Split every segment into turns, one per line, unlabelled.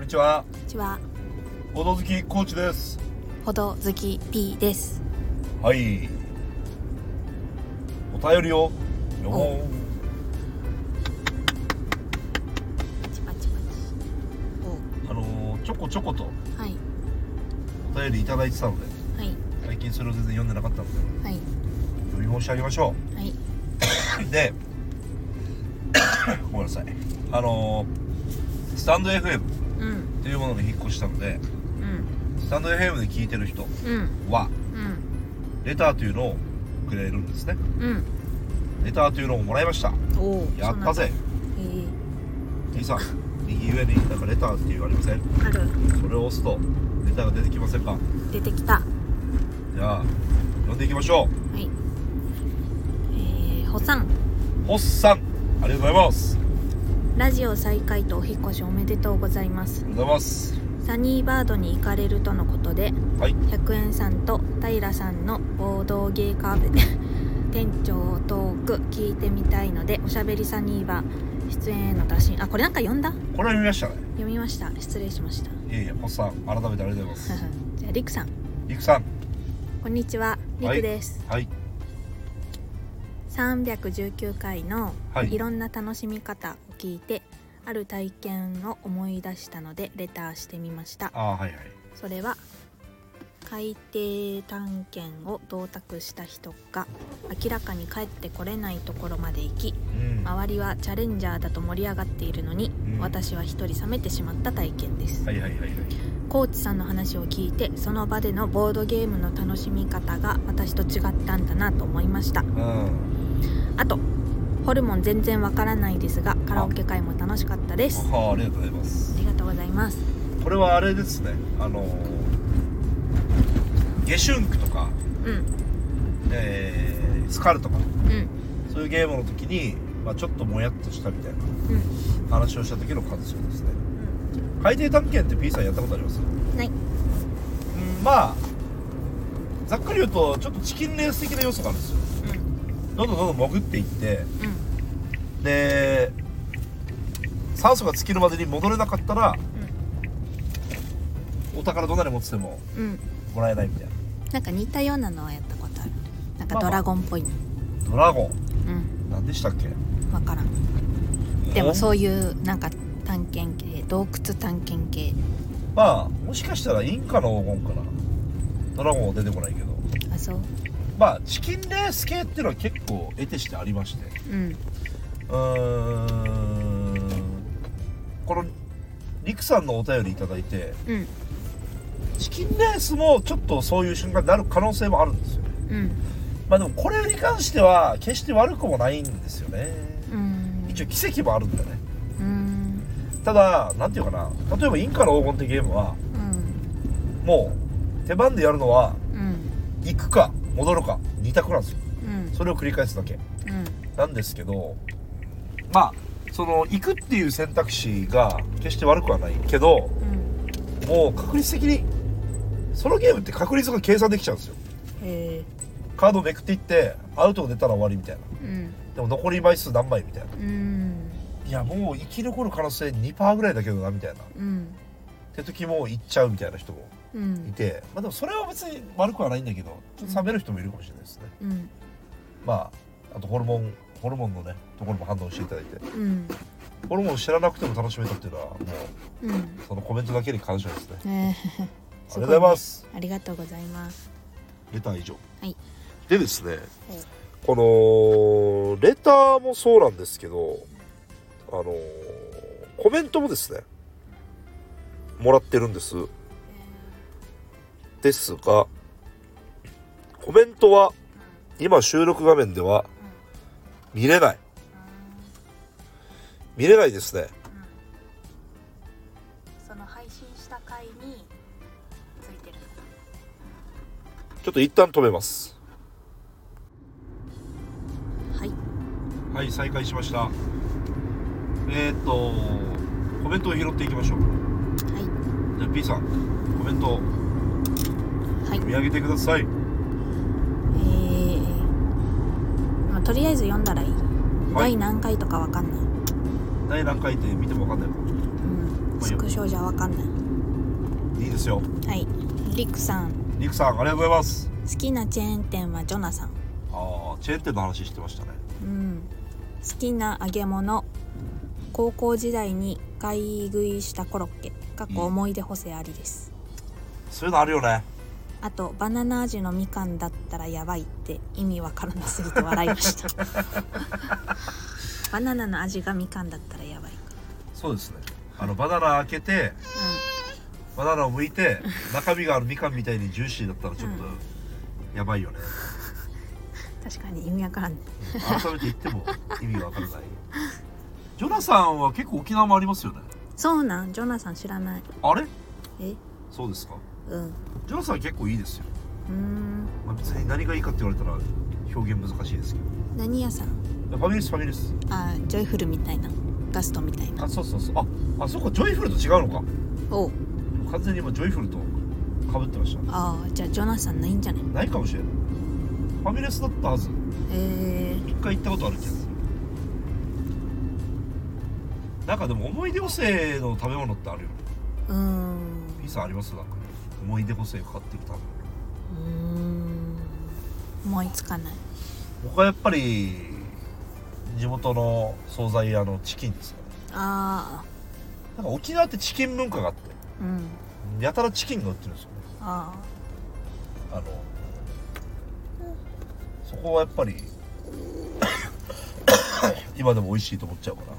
にちは。
こんにちは
ほど好きコーチです。
ほど好き P です
はい。お便りを読も
パチパチパチお
う。あのーちょこちょこと
はい
お便りいただいてたので、
はい
最近それを全然読んでなかったので、
はい
読み申し上げましょ。
はいう
で、ごめんなさい。あのースタンド FM
うん
というものに引っ越したので、
うん
スタンド FM で聞いてる人
うん
は、
うん
レターというのをくれるんですね。
うん
レターというのをもらいました。
おお
やったぜ。
えー
T さん、右上になんかレターって言われません
ある
それを押すとネタが出てきませんか
出てきたは
じゃあ読んでいきましょ
いえー、ほさん
うホッさんありがとうございます
ラジオ再開とお引っ越しおめでとうございます
ありがとうございます
サニーバードに行かれるとのことで
はい
100円さんと平さんの合同ゲイカフェ で店長トーク聞いてみたいのでおしゃべりサニーバー出演への打診あこれなんか読んだ
これは見ましたね
読みました失礼しました
いえいえホッさん改めてありがとうございます
じゃありくさん
りくさん
こんにちはり
はい
くです、
はい
319回の
はい
いろんな楽しみ方を聞いてある体験を思い出したのでレターしてみました
ああはいはい
それは海底探検を同卓した人が明らかに帰ってこれないところまで行
う
き
んは
周りはチャレンジャーだと盛り上がっているの
う
に、
ん
私は一人冷めてしまった体験です、
いはいはいはい
コーチさんの話を聞いてその場でのボードゲームの楽しみ方が私と違ったんだなと思いました
うん
あとホルモン全然わからないですがカラオケ会も楽しかったですあ
はあありがとうございます
りがとうございます
これはあれですねあのーゲシュンクとか
うん
えースカルとか
うん
そういうゲームの時に、まあ、ちょっともやっとしたみたいな
うん
話をした時の感想ですね海底探検って P さんやったことあります
うんない
うんまあざっくり言うとちょっとチキンレース的な要素があるんですよどんどんどんどん潜っていって
うんうん
で酸素が尽きるまでに戻れなかったらお宝どんなに持ってても
うんうん
もらえないみたいな
なんか似たようなのはやったことあるなんか
まあま
ド
あ
ラゴンっぽいの、
ドラゴン何でしたっけ
うん分からんでも
う
そういうなんか探検系洞窟探検系
まあもしかしたらインカの黄金かなドラゴンは出てこないけど
あそう
まあチキンレース系っていうのは結構得てしてありまして
うん
うーんこのリクさんのお便りいただいて
うん
チキンレースもちょっとそういう瞬間になる可能性もあるんですよね
うん
まあでもこれに関しては決して悪くもないんですよね
うん
一応奇跡もあるんだね
うん
ただ何て言うかな例えば「インカの黄金」ってゲームは
うん
もう手番でやるのは
うん
行くか戻るか2択なんですよ
うん
それを繰り返すだけ
うん
なんですけどまあその行くっていう選択肢が決して悪くはないけど
うん
もう確率的にそのゲームって確率が計算できちゃうんですよ
へえ
カードめくっていってアウトが出たら終わりみたいな
うん
でも残り枚数何枚みたいな
うん
いやもう生き残る可能性2%ぐらいだけどなみたいなっ
うん
て時も行っちゃうみたいな人も
う
い
ん
てまあでもそれは別に悪くはないんだけどちょっと冷める人もいるかもしれないですね
うん
まああとホルモンホルモンのねところも反応していただいて
うん
ホルモンを知らなくても楽しめたっていうのはもう
うん
そのコメントだけに感謝ですね
え
ありがとうございます
ありがとうございます
レター以上
はい
でですねこのレターもそうなんですけどあのーコメントもですねもらってるんですですがコメントは今収録画面では見れない見れないですね
その配信した回についてる
ちょっと一旦止めます
はい
はい再開しましたえー、っとコメントを拾っていきましょう
は
じゃあ P さんコメントを
いはい
見上げてください
えー、まあとりあえず読んだらいい、
はい
第何回とかわかんない、
第何回って見ても分かんないもん
うん、
まあいい
ス
よ
クショじゃわかんない
いいですよ
はいリクさん
リクさんありがとうございます
好きなチェーン店はジョナさん
ああチェーン店の話してましたね
うん好きな揚げ物高校時代に買い食いしたコロッケ過去思い出補正ありです、
そういうのあるよね
あとバナナ味のみかんだったらやばいって意味わからなすぎて笑いました バナナの味がみかんだったらやばいか
そうですねあのバナナ開けてバナナを剥いて中身があるみかんみたいにジューシーだったらちょっとやばいよね
うん確かに意味わからんね
改めて言っても意味わからないジョナさんは結構沖縄もありますよね
そうなんジョナさん知らない
あれ
え
そうですか
うんう
ジョナさんは結構いいですよ、
ーん
まあ、別に何がいいかって言われたら表現難しいですけど
何屋さん
ファミレスファミレス
あジョイフルみたいなガストみたいな
あそうそうそうああそうかジョイフルと違うのか
おう
完全に今ジョイフルとかぶってました
ああじゃあジョナさんないんじゃない
ないかもしれないファミレスだったはず
えー
一回行ったことある気がするなんかでも思い出補正の食べ物ってあるよね
うーん
ピザありますなんか思い出補正買ってきた
うーん思いつかない
僕はやっぱり地元の惣菜屋のチキンですかね
あ
なんか沖縄ってチキン文化があって
あうん
やたらチキンが売ってるんですよね
あ
あのそこはやっぱり 今でも美味しいと思っちゃうから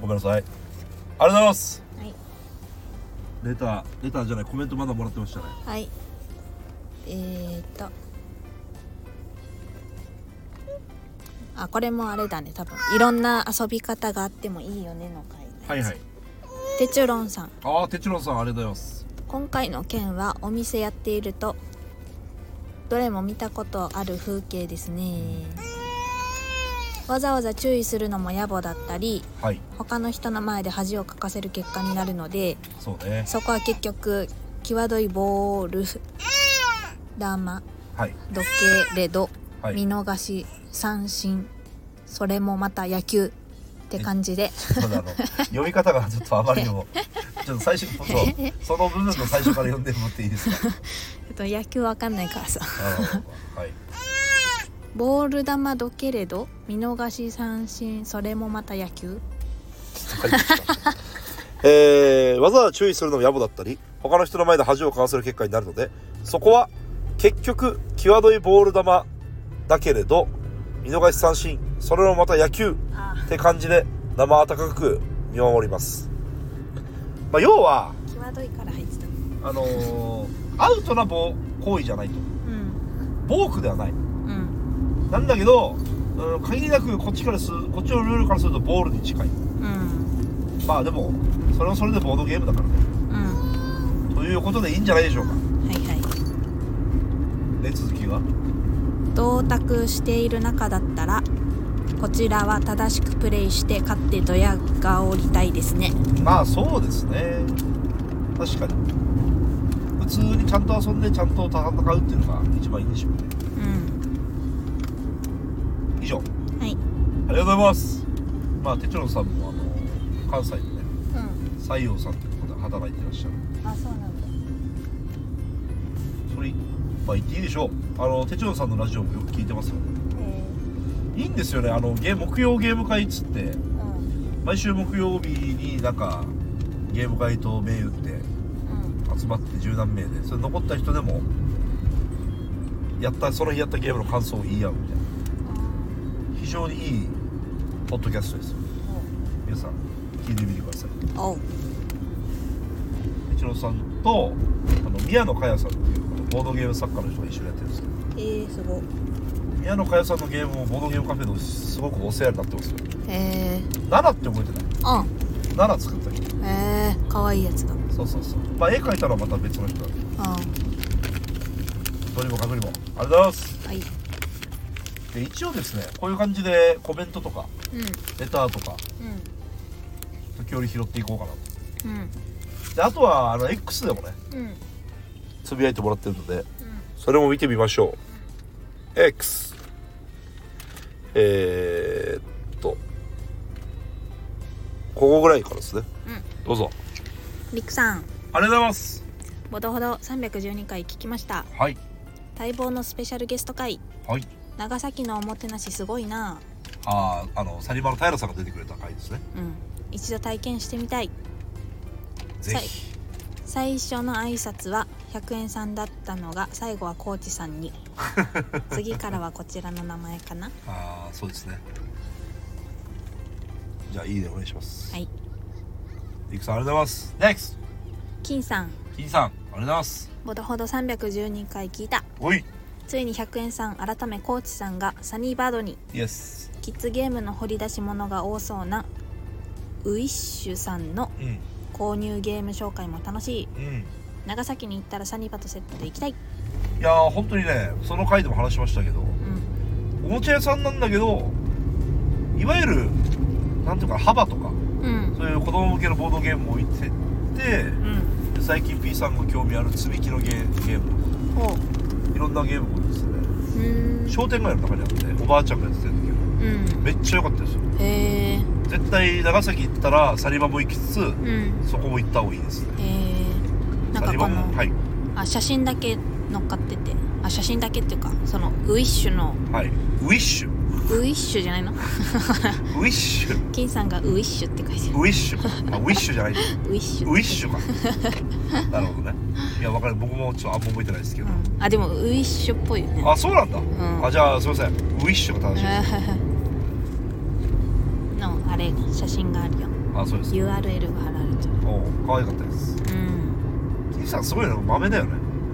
ごめんなさいありがとうございます
あはい
レターレターじゃないコメントまだもらってましたね
はいえー、っとあこれもあれだね多分いろんな遊び方があってもいいよねの回
はいはい
テチュロンさん
ああ哲郎さんありがとうございます
今回の件はお店やっているとどれも見たことある風景ですねわざわざ注意するのも野暮だったり
はい
他の人の前で恥をかかせる結果になるので
そうね
そこは結局際どいボールダマ
はい
どけれど
はい
見逃し三振それもまた野球って感じで
そうだあの読み方がちょっとあまりにもちょっと最初に本当その部分の最初から読んでもらっていいですか
えっと野球わかんないからさ
あのはい
ボール球どけれど見逃し三振それもまた野球
えーわざわざ注意するのも野暮だったり他の人の前で恥をかかせる結果になるのでそこは結局際どいボール球だけれど見逃し三振それもまた野球って感じで生温かく見守ります、まあ、要は
際どいから入ってた
あのーアウトな暴行為じゃないと
うん
暴句ではない
うん
なんだけど、うん、限りなくこっちからすこっちのルールからするとボールに近い
うん
まあでもそれはそれでボードゲームだからね
うん
ということでいいんじゃないでしょうか
はいはい
で続きが
同卓している中だったらこちらは正しくプレイして勝ってドヤ顔りたいですね
まあそうですね確かに普通にちゃんと遊んでちゃんと戦うっていうのが一番いいんでしょうね
うん
以上あ
はい
りがとうございますまあテチロンさんもあの関西でね
うん
西洋さんってことで働いてらっしゃる
あそうなんだ
それまあ言っていいでしょうあのテチロンさんのラジオもよく聞いてますよね
え
いいんですよねあのゲ木曜ゲーム会っつって
うん
毎週木曜日になんかゲーム会と銘打って
うん
集まって十何名でそれ残った人でもやったその日やったゲームの感想を言い合うみたいな非常にいいポッドキャストですよ皆さん聞いてみてください
おう
一郎さんとあの宮野佳代さんっていうボードゲーム作家の人が一緒にやってるんですよ
えー、すご
宮野佳代さんのゲームをボードゲームカフェですごくお世話になってますよ
え
7って覚えてない
ー、
7作った人
うんえー、かわいいやつだうん
そうそうそうまあ絵描いたのはまた別の人だけど
は
どれもかくにもありがとうございます
い
で一応ですねこういう感じでコメントとか
うん
レターとか
う
時折拾っていこうかなと
ん
であとはあの X でもね
うんうん
つぶやいてもらってるのでそれも見てみましょう X えー、っとここぐらいからですね
うん
どうぞ
りくさん
ありがとうございます
ほどほど312回聞きました
はい
待望のスペシャルゲスト会
はい
長崎のおもてなしすごいな
あああのサニバの平さんが出てくれた回ですね
うん一度体験してみたい
ぜ
はい
ひ
最初の挨拶は100円さんだったのが最後はコーチさんに次からはこちらの名前かな
ああそうですねじゃあいいねお願いします
はい
いくさんありがとうございます NEXT
金さん
金さんありがとうございます
ほどほど312回聞いた
おい
ついに100円さん改めコーチさんがサニーバードに
イエス
キッズゲームの掘り出し物が多そうなウィッシュさんの
うん
購入ゲーム紹介も楽しい
うん
長崎に行ったらサニバとセットで行きたい、
いやー本当にねその回でも話しましたけど
うん、
おもちゃ屋さんなんだけどいわゆるなんていうか幅とか
うん
そういう子供向けのボードゲームを置いてって
うん
で最近 P さんが興味ある積み木のゲーゲーム
ほう
いろんなゲームもですね
うーん
商店街の中にあっておばあちゃんがやってたんだけど
うん
めっちゃ良かったですよ
へえ
絶対長崎行ったらサリバも行きつつ
うん
そこも行った方がいいですね
へえなん
サ
か
リ
こ
バも
の、
はい
あ写真だけ乗っかっててあ写真だけっていうかそのウィッシュの
はいウィッシュ
ウィッシュじゃないの
ウィッシュ
金さんがウィッシュって書いてる
ウィッシュあウィッシュじゃない
ウィッシュ
ウィッシュかなるほどねいやわかる僕もちょっとあんま覚えてないですけど、
うんあでもウィッシュっぽいよね
あそうなんだ、
ん
あじゃあすいませんウィッシュが正しいです、
のあれ写真があるよ
あそうです
URL が貼られちゃう
おう可愛かったです
うん
キムさんすごいな豆だよね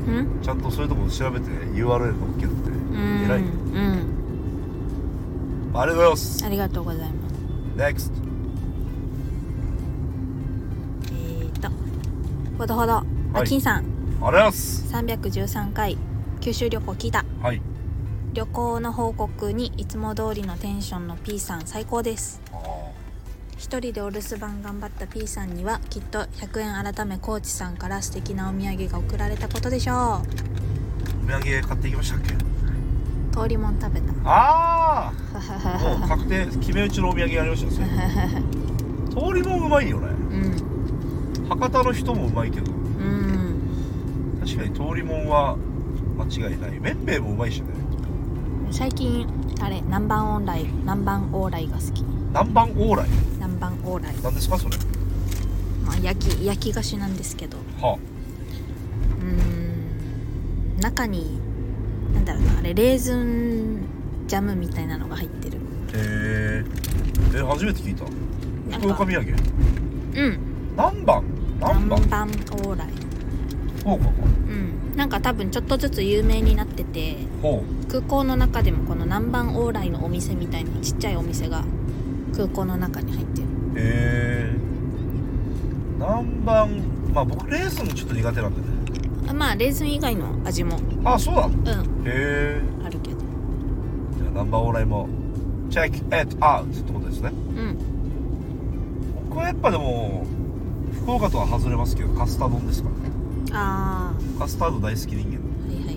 うん
ちゃんとそういうところ調べて URL 載っけるって、
うん
偉い
うん
ありがとうござい
ありがとうございます
ます NEXT
えーとほどほど、
は
あ
い
金さん
ありがとうございます
313回九州旅行聞いた
はい
旅行の報告にいつも通りのテンションの P さん最高です
あ
一人でお留守番頑張った P さんにはきっと100円改めコーチさんから素敵なお土産が贈られたことでしょ
ーお土産買っていきましたっけ
う通りもん食べた
ああもう確定決め打ちのお土産やりましたねそれ通りもうまいよね
うん
博多の人もうまいけど
うん
確かに通りもんは間違いないめんべいもうまいしね
最近あれ南蛮往来南蛮往来が好き
南蛮往来
南蛮往来、
なんですかそれ
まあ、焼き焼き菓子なんですけど
は
うーん中になんだろうなあれレーズンジャムみたいなのが入ってる
あへええ初めて聞いた
なん
福岡
か
土産
うん
何番何番
南蛮往来
福岡か
うんなんか多分ちょっとずつ有名になってて
ほ
空港の中でもこの南蛮往来のお店みたいなちっちゃいお店が空港の中に入ってる
うへえ南蛮まあ僕レーズンちょっと苦手なんでね
あまあレーズン以外の味も
あそうだ
うん
へえ
あるけど
じゃあ南蛮往来もチェックエットアウトってことですね
うん
僕はやっぱでも福岡とは外れますけどカスタードンですからね
あ
カスタード大好き人間
あはいはいはい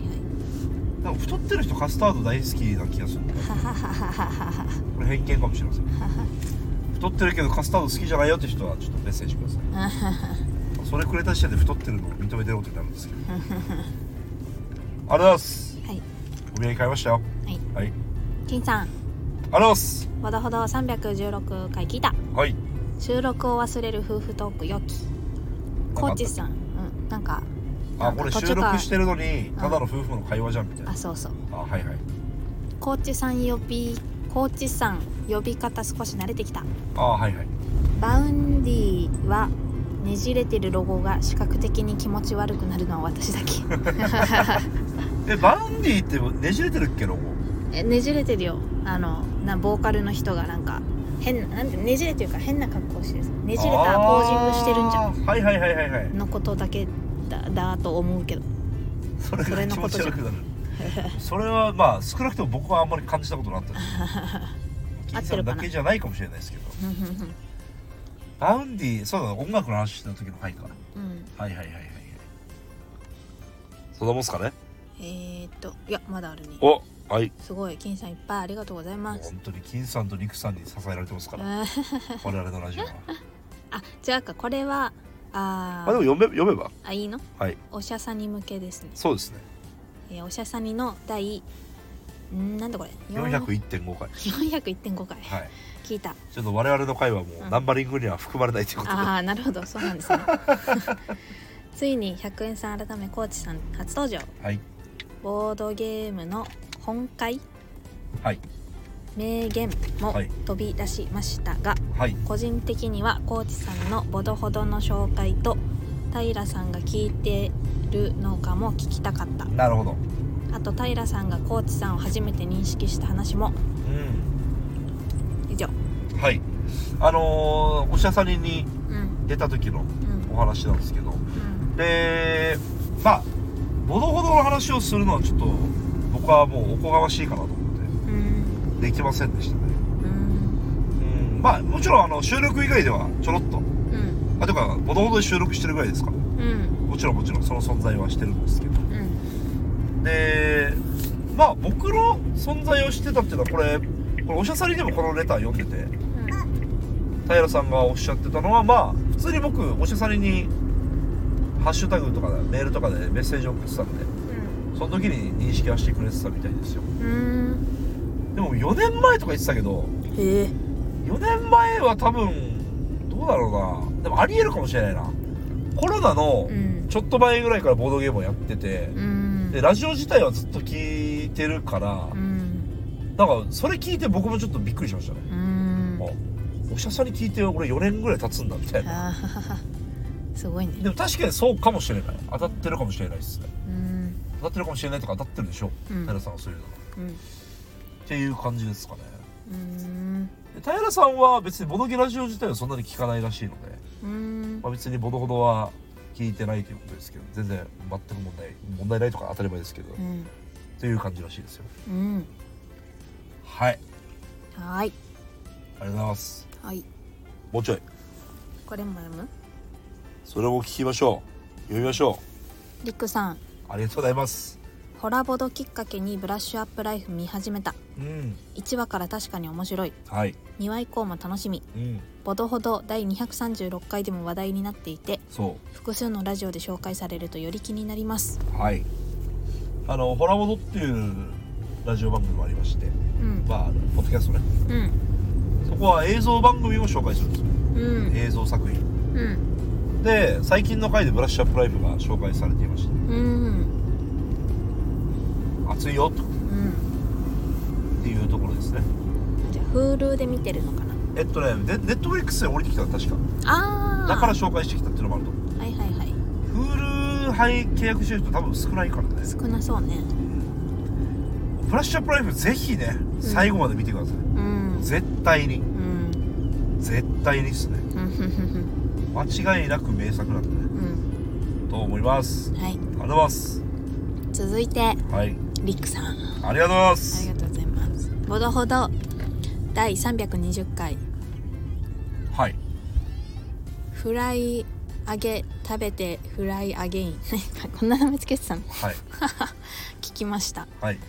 なんか太ってる人カスタード大好きな気がする
はははははは
これ偏見かもしれません太ってるけどカスタード好きじゃないよって人はちょっとメッセージくださ
は
いそれくれた時点で太ってるのを認めてることになるんですけどありがとうございます
はい
お土産買いましたよ
はい
はいあり
金さ
が
ん
とうございます
ほどほど316回聞いた
はい
収録を忘れる夫婦トーク良きコーチさんうんなんか
あこれ収録してるのにただの夫婦の会話じゃんみたいな
あそうそう
あはいはい
コーチさん呼びコーチさん呼び方少し慣れてきた
あはいはい
バウンディはねじれてるロゴが視覚的に気持ち悪くなるのは私だけ
えバンディってねじれてるっけロゴ
えねじれてるよあのなボーカルの人がなんか変なんてねじれてるから変な格好してるね
ね
じれたポージングしてるんじゃ
んはいはいはいはいはい
んのことだけだだと思うけど
それ
それ
が気
のこ
持
と
ち
じゃん
悪くなるそれはまあ少なくとも僕はあんまり感じたことなかったです 金
合って
さ
る
ん
か
だ
な
けじゃないかもしれないですけどバウンディそうだ音楽の話してた時の回かはい
うん
はいはいはいはいそんなもんすかね
えー、っといやまだあるね
おはい
すごい金さんいっぱいありがとうございます
本当に金さんと陸さんに支えられてますから我々のラジオは
あ違うかこれはあ
まあでも
ー
読め読めば
あいいの
はい
おしゃさに向けですね、
そうですね
えーおしゃさにの第んーなんだこれ
401.5回
401.5回、
はい
聞いた
ちょっと我々の回はもうナンバリングには含まれないということで、
ああなるほどそうなんですね ついに100円さん改めコーチさん初登場
はい
ボードゲームの本会
はい
名言も
はい
飛び出しましたが、
はい
個人的にはコーチさんのボドほどの紹介と平さんが聞いてるのかも聞きたかった
なるほど
あと平さんがコーチさんを初めて認識した話も
う
以上
んはいあのー、おしゃさりに
うん
出た時の
うん
お話なんですけど
うん
でまあほどほどの話をするのはちょっと僕はもうおこがましいかなと思っ
うん
てできませんでしたね
うん
うんまあもちろんあの収録以外ではちょろっと
うん
あとかほどほどで収録してるぐらいですから
うん
もちろんもちろんその存在はしてるんですけど
うん
でまあ僕の存在を知ってたっていうのはこれこれおしゃさりでもこのレター読んでて平さんがおっしゃってたのはまあ普通に僕おしゃさりにハッシュタグとかでメールとかでメッセージを送ってたんでその時に認識はしてくれてたみたいですよ
うんうん
でも4年前とか言ってたけど
へえ
4年前は多分どうだろうなでもありえるかもしれないなコロナの
うん
ちょっと前ぐらいからボードゲームをやってて
うん
でラジオ自体はずっと聞いてるから
うん
なんかそれ聞いて僕もちょっとびっくりしましたね
うん
あおしゃさに聞いて俺4年ぐらい経つんだみたいな
あーすごいね
でも確かにそうかもしれない当たってるかもしれないですね
うん
当たってるかもしれないとか当たってるでしょ
うん
平さんはそういうのが
うん
っていう感じですかね
うん
で平さんは別にボドゲラジオ自体はそんなに聞かないらしいので、
うん
まあ、別にボドほどは聞いてないということですけど全然全く問題問題ないとか当たり前ですけど、
う
っ
ん
ていう感じらしいですよ
うん
はい
はーい
ありがとうございます
はい
もうちょい
これも読む
それも聞きましょう読みましょ
りくさん
うありがとうございます
ホラボドきっかけにブラッシュアップライフ見始めた
うん
1話から確かに面白い
はい
2話以降も楽しみ
うん
ボドほど第236回でも話題になっていて
そ
複数のラジオで紹介されるとより気になります
うはいあの「ホラボド」っていうラジオ番組もありまして
うん
まあポッドキャストね
うん
そこは映像番組を紹介するんですよ
うん
映像作品
うん
で最近の回で「ブラッシュアップライフ」が紹介されていました
うん
熱いよと
うん
っていうところですね
じゃあ Hulu で見てるのかな
えっとねでネットフリックスで降りてきたの確か
ああ
だから紹介してきたっていうのもあると思う
はいはいはい
Hulu 配契約してる人多分少ないからね
少なそうね
ブラッシュアップライフぜひね最後まで見てください、
うん
絶対に
うん
絶対にですね
うんうんうん
間違いなく名作なんでね
うん
と思います
うんはい
ありがとうございます
続いて
はい
リックさんあ
ありがとうございます
りがとうございますほどほど第320回
はい
フライ揚げ食べてフライアゲイン こんな名前つけてたの
はい
聞きました
はい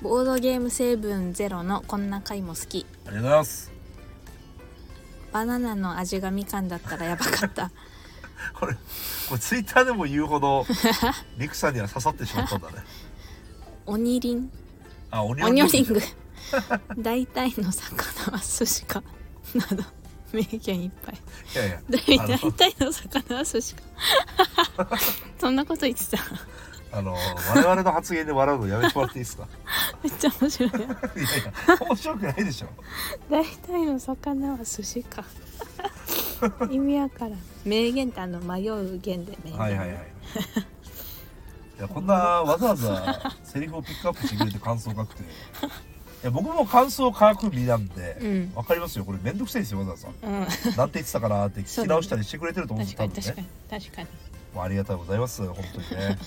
ボードゲーム成分ゼロのこんな回も好き
ありがとうございます
バナナの味がみかんだったらやばかった
これこれツイッターでも言うほどリクさんには刺さってしまったんだね
鬼リン
あオニ
オニオリング
グ
大体の魚は寿司かなど名言いっぱい
いやいや
大
あの
体の魚は寿司か そんなこと言ってた
あの我々の発言で笑うのやめてもらっていいですか
めっちゃ面白いない
やいや面白くないでしょ
大体の魚は寿司 か意味わからん名言ってあの迷う言で名言
はいはいはいいやこんなわざわざセリフをピックアップしてくれて感想を書くていや僕も感想を書く身なんで、
うん
わかりますよこれめんどくさいですよわざわざ
うん
なんて言ってたかなって聞き直したりしてくれてると思うんで
確
す
か
多
に
分
確か
ね
に確かに
まあありがとうございます本当にね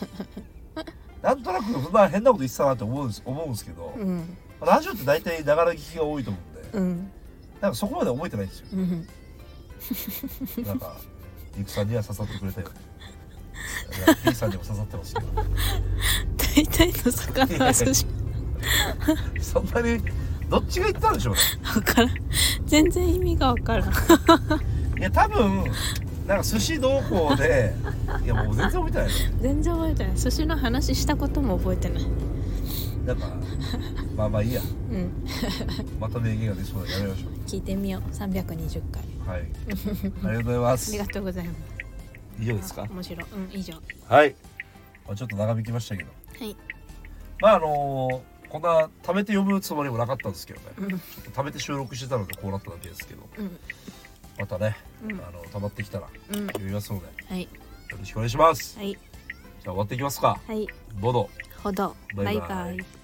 なんとなくそんな変なこと言ってたなって思うんです思うんですけど、
うん
ラジオって大体ながら聞きが多いと思うんで、
うん
なんかそこまで覚えてないんですよ
うん
なんか、ゆくさんには刺さってくれたよ。いや P さんにも刺さってますけど。
大体の魚は寿司
そんなに、どっちが言ったんでしょうね。
わからん全然意味がわからん
いや多分なんか寿司同行でいやもう全然覚えてない
全然覚えてない寿司の話したことも覚えてない
のなんかまあまあいいや
うん
また名言が出そうだやめましょ
聞いてみよう320回
うはいありがとうございま
あ
す
りがとうございます
以上ですか
面白いうん以上は
はい、まあ、ちょっと長引きましたけど
い
まああのーこんな貯めて読むつもりもなかったんですけどね
うん
貯めて収録してたのでこうなっただけですけど
うん
またね、
うん
あの溜まってきたら
うん
読みますのでよ
はい
ろしくお願いします、
はい
じゃあ終わっていきますか
はい
ボド
ほど
バ
バ
イ
イ
バイ
バイ